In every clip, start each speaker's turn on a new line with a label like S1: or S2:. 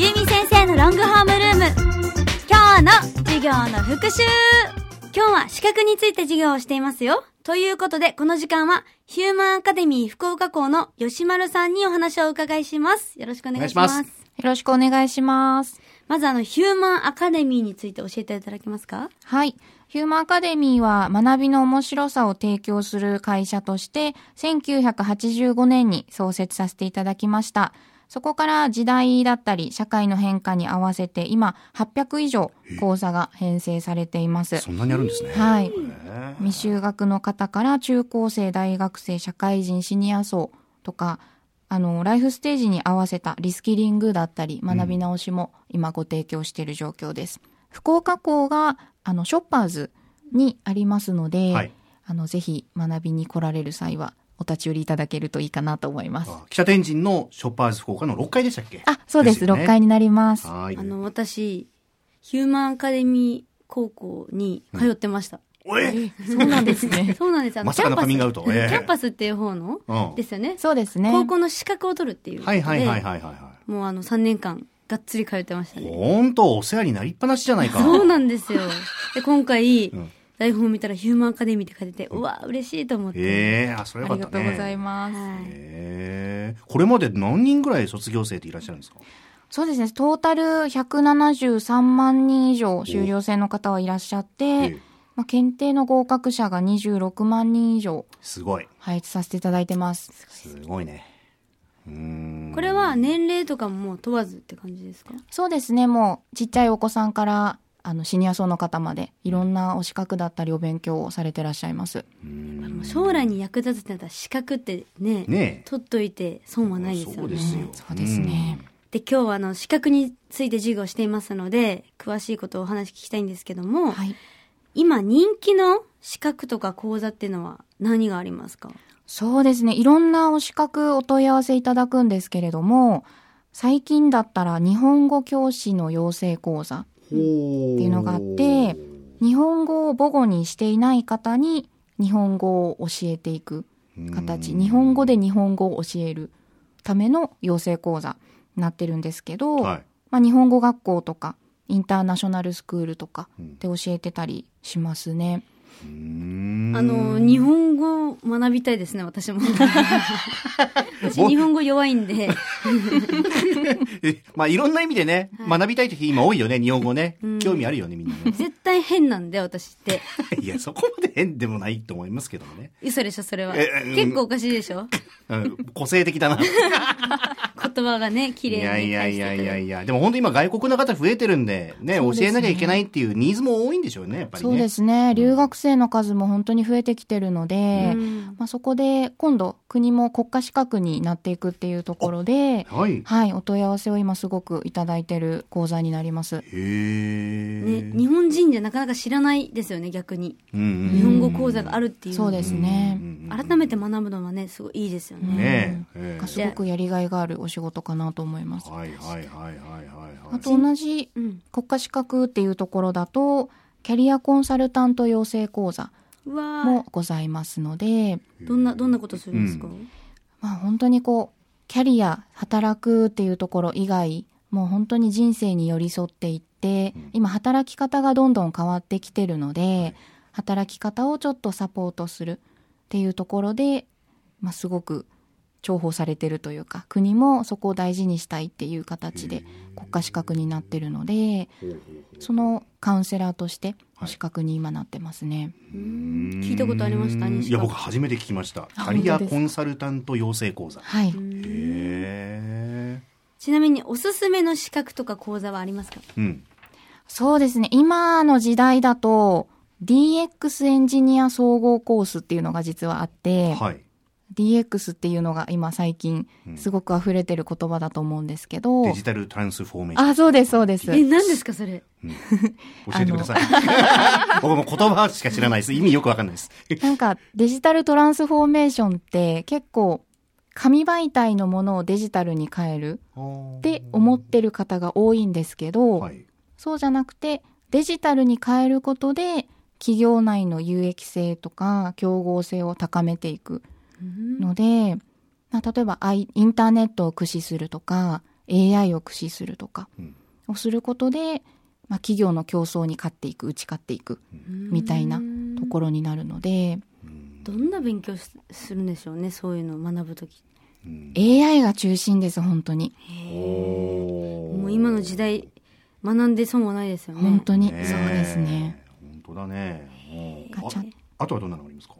S1: ロングホームルーム今日の授業の復習今日は資格について授業をしていますよということでこの時間はヒューマンアカデミー福岡校の吉丸さんにお話をお伺いしますよろしくお願いします
S2: お願いし
S3: よろしくお願いします。
S1: まずあのヒューマンアカデミーについて教えていただけますか
S3: はい。ヒューマンアカデミーは学びの面白さを提供する会社として1985年に創設させていただきました。そこから時代だったり社会の変化に合わせて今800以上講座が編成されています。
S2: そんなにあるんですね。
S3: はい。
S2: へ
S3: 未就学の方から中高生、大学生、社会人、シニア層とか、あの、ライフステージに合わせたリスキリングだったり、学び直しも今ご提供している状況です。福岡校が、あの、ショッパーズにありますので、
S2: はい
S3: あの、ぜひ学びに来られる際は、お立ち寄りいただけるといいかなと思います。
S2: あ北天神のショッパーズ福岡の6階でしたっけ
S3: あ、そうです。
S2: よね
S3: 6階になります。
S2: は
S1: あ
S2: い。
S1: の私ヒューマンアカデミー高校に通ってました、。
S2: おい
S3: そうなんです ね
S1: そうなんですあ
S2: まさかの
S1: キャ
S2: カミン
S1: ン
S2: グア
S1: パス
S2: ウト。
S1: キ
S2: ええ
S1: ャンパスっていう方の
S2: うん
S1: ですよね
S3: そうですね。
S1: 高校の資格を取るっていうこと
S2: は
S1: で
S2: いはいはいはいはいは
S1: もうあの3年間がっつり通ってました
S2: い。
S1: ね
S2: ほんとお世話になりっぱなしじゃないか。
S1: そうなんです よで今回、
S2: ん
S1: 台本を見たらヒューマンアカデミーって書いててうわ嬉しいと思って、
S2: ええあ、それ
S3: あ
S2: よかっ
S3: り
S2: た
S3: が
S2: ね。
S3: とうございます。
S1: はい
S2: ええこれまで何人ぐらい卒業生っていらっしゃるんですか
S3: そうですね、トータル173万人以上修了生の方はいらっしゃって、
S2: ええ
S3: まあ、検定の合格者が26万人以上
S2: すごい。
S3: 配置させていただいてます。
S2: すごいね。うーん。
S1: これは年齢とかももう問わずって感じですか
S3: そうですね、もうちっちゃいお子さんからあのシニア層の方までいろんなお資格だったりお勉強をされてらっしゃいます。
S1: もう将来に役立つってなったら資格ってね
S2: ねえ
S1: 取っといて損はないです
S2: そ
S1: よ
S2: う
S1: ね
S2: ですよ。
S3: そうですね。
S1: で今日はあの資格について授業をしていますので詳しいことをお話聞きたいんですけども、
S3: はい。
S1: 今人気の資格とか講座っていうのは何がありますか
S3: そうですね。いろんなお資格お問い合わせいただくんですけれども、最近だったら日本語教師の養成講座
S2: うん。って
S3: っていうのがあって日本語を母語にしていない方に日本語を教えていく形
S2: うん
S3: 日本語で日本語を教えるための養成講座になってるんですけど、
S2: はい。
S3: まあ、日本語学校とかインターナショナルスクールとか
S2: うん
S3: で教えてたりしますね。
S2: うーん
S1: あの日本語を学びたいですね私 も私日本語弱いんで
S2: え まあいろんな意味でね、学びたい時今多いよね、日本 語ね。興味あるよね、みんなね
S1: 絶対変なんで私って
S2: いや、そこまで変でもないと思いますけどもね。
S1: 嘘でしょそれは
S2: ええうん
S1: 結構おかしいでしょ
S2: うん個性的だな。
S1: 言葉がね 綺
S2: い
S1: 麗
S2: やい
S1: に
S2: や
S1: 返
S2: い
S1: し
S2: や
S1: て
S2: い
S1: く
S2: や
S1: る
S2: いや、でも本当今外国の方増えてるんで、ね、
S3: そう
S2: 教
S3: ですね
S2: えなきゃいけないっていうニーズも多いんでしょうね、やっぱりね。
S3: そうですね留学生の数も本当に増えてきてるので、
S1: うん
S3: まあ、そこで今度国も国家資格になっていくっていうところで、
S2: はい。
S3: はい、お問い合わせを今すごくいただいてる講座になります。
S2: へえ。
S1: ね、日本人じゃなかなか知らないですよね逆に
S2: うんうん
S1: 日本語講座があるっていう
S3: そうですね。
S1: 改めて学ぶのはねすごいいいですよね、
S2: ねええ
S3: がすごくやりがいがあるお仕事かなと思います。
S2: はいはいはいはいはいはい。
S3: あと同じ
S1: うん
S3: 国家資格っていうところだと、キャリアコンサルタント養成講座
S1: うわー
S3: もございますので、
S1: どんなどんなことするんですか、
S2: う
S3: まあ本当にこう、キャリア、働くっていうところ以外、もう本当に人生に寄り添っていって、今働き方がどんどん変わってきてるので、働き方をちょっとサポートするっていうところで、まあすごく重宝されてるというか、国もそこを大事にしたいっていう形で国家資格になってるので、そのカウンセラーとして
S2: はい
S3: 資格に今なってますね。
S1: うーん聞いたことありました
S2: い
S1: 西
S2: や、
S1: 川
S2: 僕初めて聞きました。キ
S3: あ
S2: ャリア
S3: 本当です
S2: コンサルタント養成講座。へ
S3: はい。
S2: え。
S1: ちなみにおすすめの資格とか講座はありますか
S2: うん。
S3: そうですね。今の時代だと、DX エンジニア総合コースっていうのが実はあって、
S2: はい。
S3: DX っていうのが今最近
S2: うん
S3: すごく溢れてる言葉だと思うんですけど、
S2: デジタルトランスフォーメーション。
S3: あ、そうです、そうです。
S1: え何ですかそれ
S2: 教えてください。 僕も言葉しか知らないです。意味よくわかんないです。
S3: なんかデジタルトランスフォーメーションって結構紙媒体のものをデジタルに変えるって思ってる方が多いんですけど、
S2: はい。
S3: そうじゃなくて、デジタルに変えることで、企業内の有益性とか、競合性を高めていくので、まあ、例えば、I- インターネットを駆使するとか、AI を駆使するとか、
S2: うん
S3: をすることで、まあ、企業の競争に勝っていく打ち勝っていくみたいなところになるので、
S1: どんな勉強しするんでしょうねそういうのを学ぶとき
S3: AI が中心です本当に
S1: もう今の時代学んで損はないですよね
S3: 本当に、
S2: ねえ
S3: そうですね。
S2: 本当だね。うん
S3: ガチャ
S2: ああとはどんなのがありますか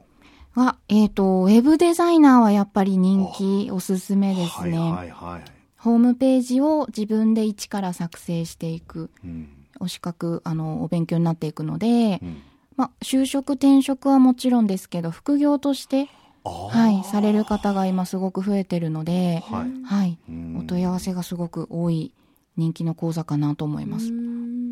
S3: は、えっ、と、ウェブデザイナーはやっぱり人気おすすめです
S2: はい
S3: ね。
S2: はいはい。
S3: ホームページを自分で一から作成していく、
S2: うん
S3: お資格、あの、お勉強になっていくので、
S2: うん
S3: まあ、就職、転職はもちろんですけど、副業として、
S2: あー
S3: はい、される方が今すごく増えてるので、
S2: はい
S3: はい、
S2: うん
S3: お問い合わせがすごく多い人気の講座かなと思います。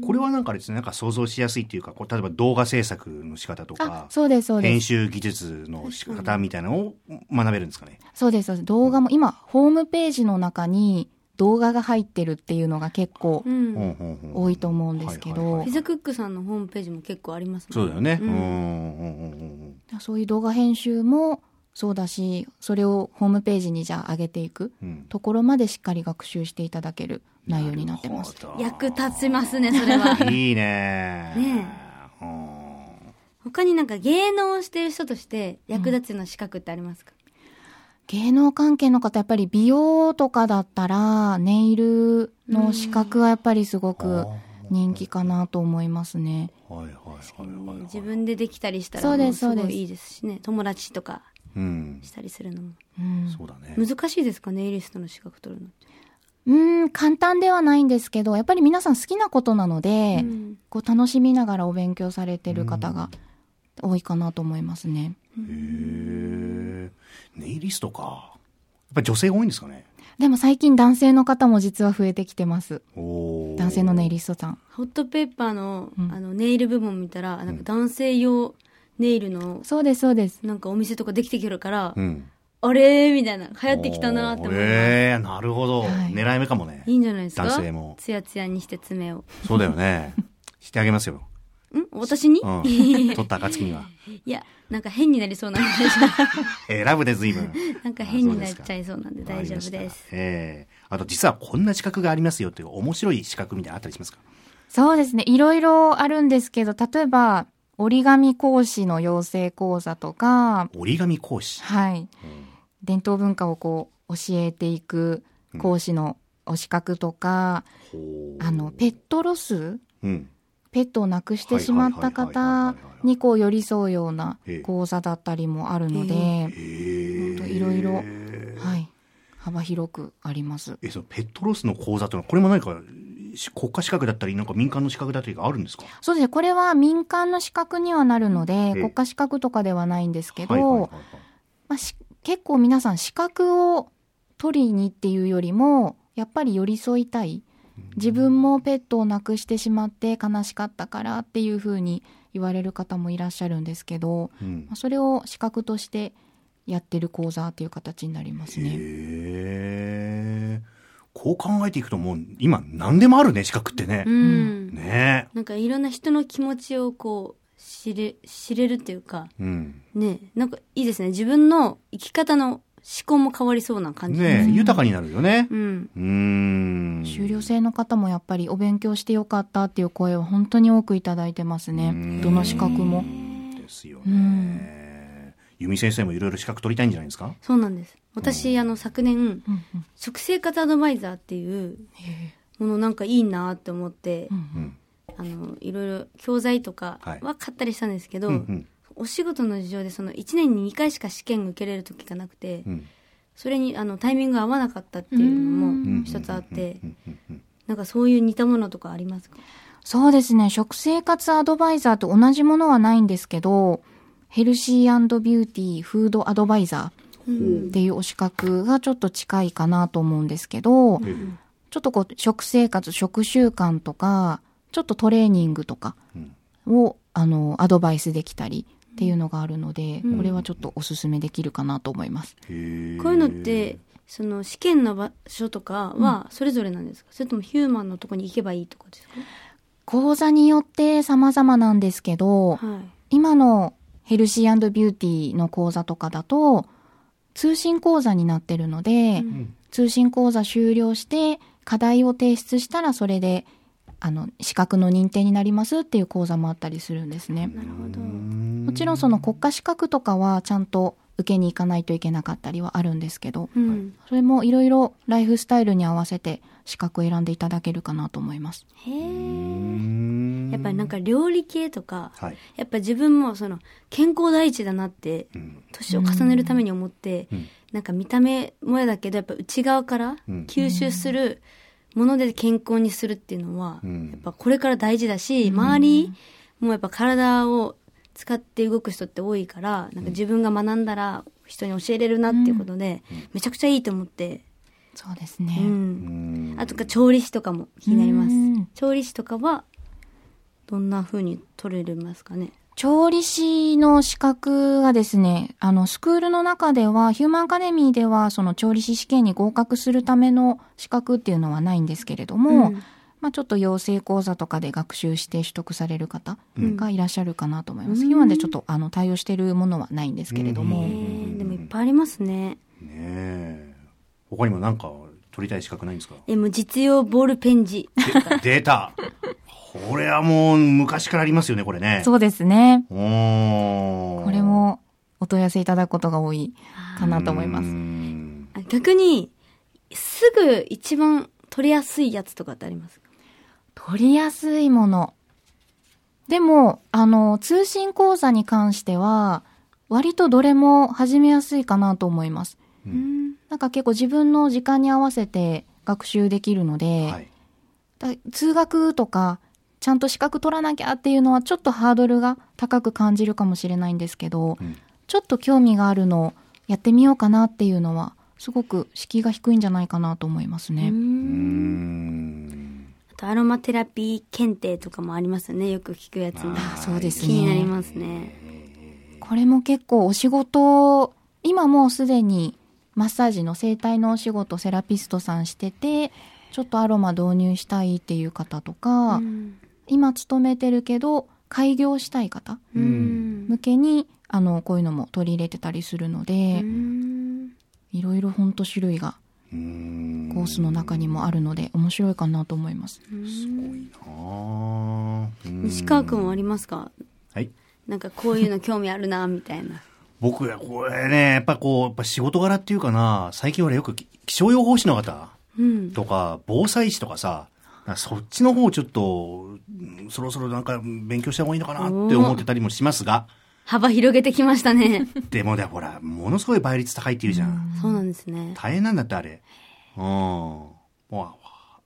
S2: これはなんかですね、なんか想像しやすいっていうか、こう例えば動画制作の仕方と
S3: あ
S2: か、、
S3: そうです、そうで
S2: 編
S3: す。
S2: 集技術の仕方みたいなのを学べるんですかね。
S3: そうです、そうです。動画も、今、ホームページの中に動画が入ってるっていうのが結構、
S1: う
S2: うんんうんうん
S3: 多いと思うんですけど
S2: はいはい
S1: ピ
S2: はい
S1: ザクックさんのホームページも結構ありますね
S2: そうだよね。う
S1: うんん
S2: うんうんうん
S3: そういう動画編集もそうだし、それをホームページにじゃあ上げていく
S2: うん
S3: ところまでしっかり学習していただける内容になってます。
S2: なるほど
S1: 役立ちますねそれは
S2: いいね。
S1: ね
S2: うん
S1: 他になんか芸能をしてる人として役立つような資格ってありますか、
S3: 芸能関係の方、やっぱり美容とかだったら、ネイルの資格はやっぱりすごく人気かなと思いますね。
S2: はいはいはいはいはい。
S1: 自分でできたりしたら
S3: そうです
S1: も
S3: そうです
S1: ごいいいですしね友達とか
S2: うん。
S1: したりするのも
S3: うん
S2: そうだね。
S1: 難しいですかねネイリストの資格取るのって、
S3: うん、簡単ではないんですけど、やっぱり皆さん好きなことなので、
S1: うん
S3: こう楽しみながらお勉強されてる方が多いかなと思いますね。
S2: へえ。ネイリストか。やっぱり女性が多いんですかね。
S3: でも最近男性の方も実は増えてきてます。
S2: おー
S3: 男性のネイリストさん。
S1: ホットペッパーの,、
S3: うん
S1: あのネイル部門見たらなんか男性用ネイルの
S3: そうです、そうです。
S1: なんかお店とかできてきてるから、
S2: うん。
S1: あれーみたいな流行ってきたなーって思います、
S2: ええなるほど。
S3: はい
S2: 狙い目かもね。
S1: いいんじゃないですか
S2: 男性も
S1: ツヤツヤにして爪を
S2: そうだよ ね。してあげますよ。
S1: ん私に、
S2: う ん。取った暁には。
S1: いやなんか変になり そうなんで大丈
S2: 選ぶで随分。
S1: 夫なんか変になっちゃいそうなんで大丈夫
S2: わかり
S1: で
S2: まし
S1: す
S2: たええあと実はこんな資格がありますよっていう面白い資格みたいなのあったりしますか
S3: そうですね。いろいろあるんですけど、例えば、折り紙講師の養成講座とか、
S2: 折り紙講師。
S3: はい。伝統文化をこう、教えていく講師のお資格とか、
S2: ほう
S3: あの、ペットロス
S2: うん。
S3: ペットを亡くしてしまった方にこう寄り添うような講座だったりもあるので、
S2: へえ
S3: ほんといろいろはい。幅広くあります。
S2: え、そのペットロスの講座というのは、これも何かし国家資格だったり、なんか民間の資格だったりがあるんですか
S3: そうですね。これは民間の資格にはなるので
S2: え、
S3: 国家資格とかではないんですけど、
S2: はいはいはいはい
S3: まあ、し結構皆さん資格を取りにっていうよりも、やっぱり寄り添いたい。自分もペットを亡くしてしまって悲しかったからっていうふうに言われる方もいらっしゃるんですけど、
S2: うん
S3: まあ、それを資格としてやってる講座っていう形になりますね。
S2: へえ。こう考えていくともう今何でもあるね、資格ってね
S1: う。ん、
S2: ね
S1: なんかいろんな人の気持ちをこう知れ知れるっていうか
S2: え。うん。
S1: ねなんかいいですね自分の生き方の思考も変わりそうな感じです
S2: ねえ、豊かになるよね
S1: う。ん
S2: うーん。
S3: 修了生の方もやっぱりお勉強してよかったっていう声は本当に多くいただいてます
S2: うん
S3: ね。どの資格も。
S2: ですよ
S3: う
S2: ね。由美先生もいろいろ資格取りたいんじゃないですか
S1: そうなんです私、あの昨年
S3: うんうん
S1: 食生活アドバイザーっていうものなんかいいなって思って、
S3: うんうん
S2: うん。
S1: あのいろいろ教材とか
S2: はい
S1: は買ったりしたんですけど、
S2: うんうん
S1: お仕事の事情でその1年に2回しか試験受けれる時がなくて、
S2: うん
S1: それにあのタイミングが合わなかったっていうの
S2: うん
S1: も一つあって
S2: うんうんうん
S1: なんかそういう似たものとかありますか
S3: そうですね。食生活アドバイザーと同じものはないんですけど、ヘルシービューティーフードアドバイザーっていうお資格がちょっと近いかなと思うんですけど、
S2: ええ
S3: ちょっとこう食生活、食習慣とか、ちょっとトレーニングとか
S2: うん
S3: を、あの、アドバイスできたりっていうのがあるので、
S1: うん
S3: これはちょっとおすすめできるかなと思います。
S2: へえ
S1: こういうのってその試験の場所とかはそれぞれなんですか、それともヒューマンのとこに行けばいいとかです
S3: 講座によって様々なんですけど、
S1: かはい
S3: 今のヘルシービューティーの講座とかだと、通信講座になってるので、
S1: うん
S2: ん
S3: 通信講座終了して、課題を提出したらそれであの資格の認定になりますっていう講座もあったりするんですね。
S1: なるほど
S2: も
S3: もちろんその国家資格とかはちゃんと受けに行かないといけなかったりはあるんですけど、
S1: うん。
S3: それもいろいろライフスタイルに合わせて資格を選んでいただけるかなと思います。
S1: へえ。やっぱりなんか料理系とか、
S2: はい、
S1: やっぱ自分もその健康第一だなって
S2: うん
S1: 年を重ねるために思って、
S2: うん
S1: なんか見た目もやだけどやっぱ内側から
S2: うん
S1: 吸収するもので健康にするっていうのは、
S2: うん
S1: やっぱこれから大事だし、周りもやっぱ体を使って動く人って多いからなんか自分が学んだら人に教えれるなっていうことで、めちゃくちゃいいと思って、
S3: そうです
S1: う
S3: ね。
S1: ん
S2: うん
S1: あとか調理師とかも気になります、
S3: うん
S1: 調理師とかはどんな風に取れますかね
S3: 調理師の資格がですね、あの、スクールの中では、ヒューマンアカデミーでは、その調理師試験に合格するための資格っていうのはないんですけれど
S1: う
S3: も、
S1: ん
S3: まあちょっと養成講座とかで学習して取得される方
S1: うん
S3: がいらっしゃるかなと思います。
S1: うん
S3: 今でちょっと、あの、対応しているものはないんですけれども、
S1: えーでもいっぱいありますね
S2: ねえ他にもなんか取りたい資格ないんですか
S1: でも実用ボールペン字。
S2: で出 たこれはもう昔からありますよねこれね
S3: そうですね。
S2: うおー
S3: これもお問い合わせいただくことが多いかなと思いま
S2: う
S3: す。
S2: ん
S1: あ逆に、すぐ一番取りやすいやつとかってありますか
S3: 取りやすいもの。でも、あの、通信講座に関しては、割とどれも始めやすいかなと思います。
S2: う
S1: うん。
S3: なんか結構自分の時間に合わせて学習できるので、
S2: はい
S3: だ通学とか、ちゃんと資格取らなきゃっていうのはちょっとハードルが高く感じるかもしれないんですけど、
S2: うん
S3: ちょっと興味があるのをやってみようかなっていうのは、すごく敷居が低いんじゃないかなと思いますね。
S2: うーん
S1: あとアロマテラピー検定とかもありますよね。よく聞くやつも。
S3: あそうですね
S1: 気になりますね。
S3: これも結構お仕事、今もうすでにマッサージの整体のお仕事、セラピストさんしてて、ちょっとアロマ導入したいっていう方とか、
S1: うん
S3: 今勤めてるけど、開業したい方
S1: うん
S3: 向けに、あの、こういうのも取り入れてたりするの
S1: う
S3: で、
S1: ん
S3: いろいろほんと種類が
S2: うーん
S3: コースの中にもあるので、面白いかなと思います。
S2: すごいなあうん
S1: 西川くんはありますか
S2: はい
S1: なんかこういうの興味あるな、みたいな。
S2: 僕はこれね、やっぱこう、やっぱ仕事柄っていうかな、最近はよくき気象予報士の方
S1: うん。
S2: とか、防災士とかさ、なんかそっちの方ちょっと、うんそろそろなんか勉強した方がいいのかなって思ってたりもしますが、
S1: 幅広げてきましたね。
S2: でもね、ほら、ものすごい倍率高いっていうじゃん。
S1: そうなんですね。
S2: 大変なんだってあれ。うん。もう、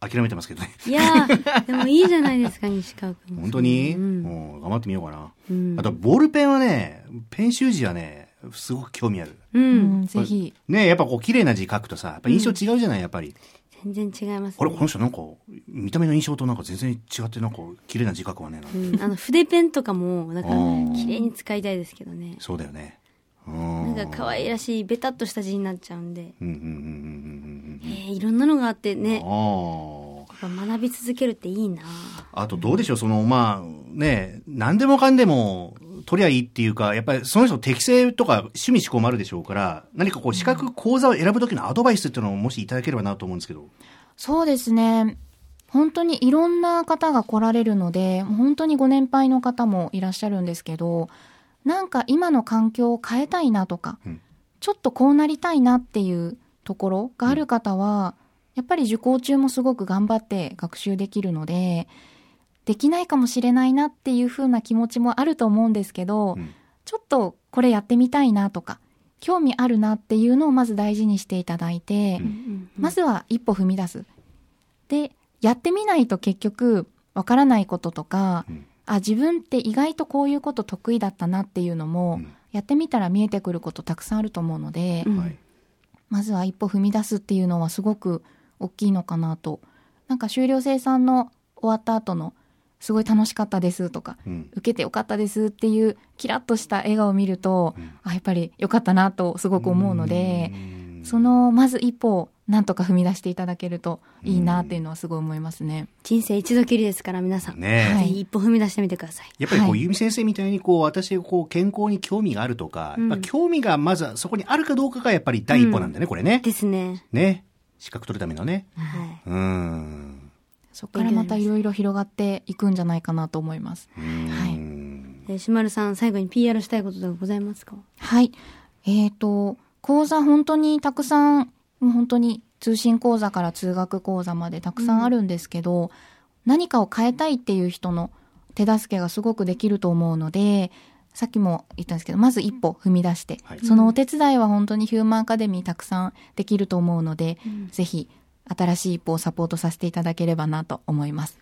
S2: 諦めてますけどね。
S1: いやー、でもいいじゃないですか、西川くん。
S2: 本当に、
S1: うん
S2: もう頑張ってみようかな。
S1: うん
S2: あと、ボールペンはね、ペン習字はね、すごく興味ある。
S1: う。
S3: うんん、ぜひ。
S2: ねやっぱこう、綺麗な字書くとさ、やっぱ印象違うじゃない、やっぱり。
S1: 全然違います、ね。
S2: あれ、この人なんか、見た目の印象となんか全然違って、なんか、綺麗な字書くわね。なんか
S1: うん、あの筆ペンとかもなんか
S2: うん
S1: 綺麗に使いたいですけどね
S2: そうだよね。う
S1: なん
S2: ん。
S1: か可愛らしいベタっとした字になっちゃうんで、
S2: うんうんうんうん
S1: えー、いろんなのがあってね
S2: うんうんうん。あ
S1: やっぱ学び続けるっていいな
S2: あ。あとどうでしょう、その、まあ、ね何でもかんでも、取りゃいいっていうか、やっぱりその人の適性とか趣味思考もあるでしょうから、何かこう、資格講座を選ぶ時のアドバイスっていうのをもしいただければなと思うんですけど。
S3: そうですね。本当にいろんな方が来られるので、もう本当にご年配の方もいらっしゃるんですけど、なんか今の環境を変えたいなとか、
S2: うん
S3: ちょっとこうなりたいなっていうところがある方は、やっぱり受講中もすごく頑張って学習できるので、できないかもしれないなっていう風な気持ちもあると思うんですけど、
S2: うん
S3: ちょっとこれやってみたいなとか、興味あるなっていうのをまず大事にしていただいて、
S2: う
S3: まずは一歩踏み出す。で、やってみないと結局、わからないこととか、
S2: うん
S3: あ、自分って意外とこういうこと得意だったなっていうのも、
S2: うん
S3: やってみたら見えてくることたくさんあると思うので、
S1: うん
S2: はい。
S3: まずは一歩踏み出すっていうのはすごく大きいのかなと。なんか修了生さんの終わった後の、すごい楽しかったですとか、
S2: うん。
S3: 受けてよかったですっていうキラッとした笑顔を見ると、
S2: うん
S3: あ、やっぱりよかったなとすごく思うので、
S2: うん
S3: そ、のまず一歩をなんとか踏み出していただけるといいなっていうのはすごい思いますね。
S1: 人生一度きりですから皆さん、
S2: ねえ
S1: ぜひ一歩踏み出してみてください
S2: やっぱりこ
S3: は
S2: う、
S3: い
S2: ゆみ先生みたいに、こう、私、こう、健康に興味があるとか、
S1: うん
S2: まあ興味がまずはそこにあるかどうかがやっぱり第一歩なんだね、これね。
S1: ですね
S2: ね。資格取るためのね。
S1: は
S2: うーん。
S3: そこからまたいろいろ広がっていくんじゃないかなと思います。はい
S1: えー、しまるさん、最後に PR したいことでございますか
S3: はい。えっ、と、講座本当にたくさん、もう本当に通信講座から通学講座までたくさんあるんですけど、何かを変えたいっていう人の手助けがすごくできると思うので、さっきも言ったんですけど、まず一歩踏み出して、
S2: はい
S3: そのお手伝いは本当にヒューマンアカデミーたくさんできると思うので、ぜひ新しい一歩をサポートさせていただければなと思います。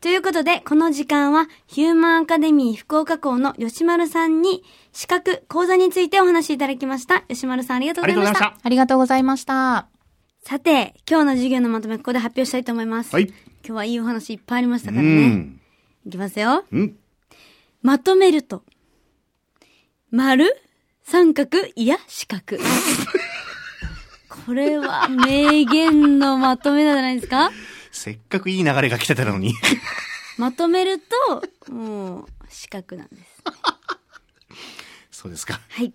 S1: ということで、この時間は、ヒューマンアカデミー福岡校の吉丸さんに、資格、講座についてお話しいただきました。吉丸さん、ありがとうご
S2: あり
S1: ざい
S2: がと
S1: ま
S2: うござい
S1: し。
S2: ましたた。
S3: ありがとうございました。
S1: さて、今日の授業のまとめ、ここで発表したいと思います。
S2: はい
S1: 今日はいいお話いっぱいありました
S2: う
S1: からね。
S2: ん。
S1: いきますよ。
S2: うん。
S1: まとめると、丸、三角、いや、四 角。これは名言のまとめなんじゃないですか
S2: せっかくいい流れが来てたのに。
S1: まとめると、もう、四角なんです。
S2: そうですか。
S1: はい。